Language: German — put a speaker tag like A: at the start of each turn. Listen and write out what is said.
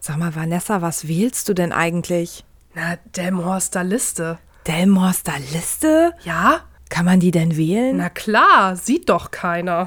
A: Sag mal, Vanessa, was wählst du denn eigentlich?
B: Na, Delmhorster Liste.
A: Delmhorster Liste?
B: Ja?
A: Kann man die denn wählen?
B: Na klar, sieht doch keiner.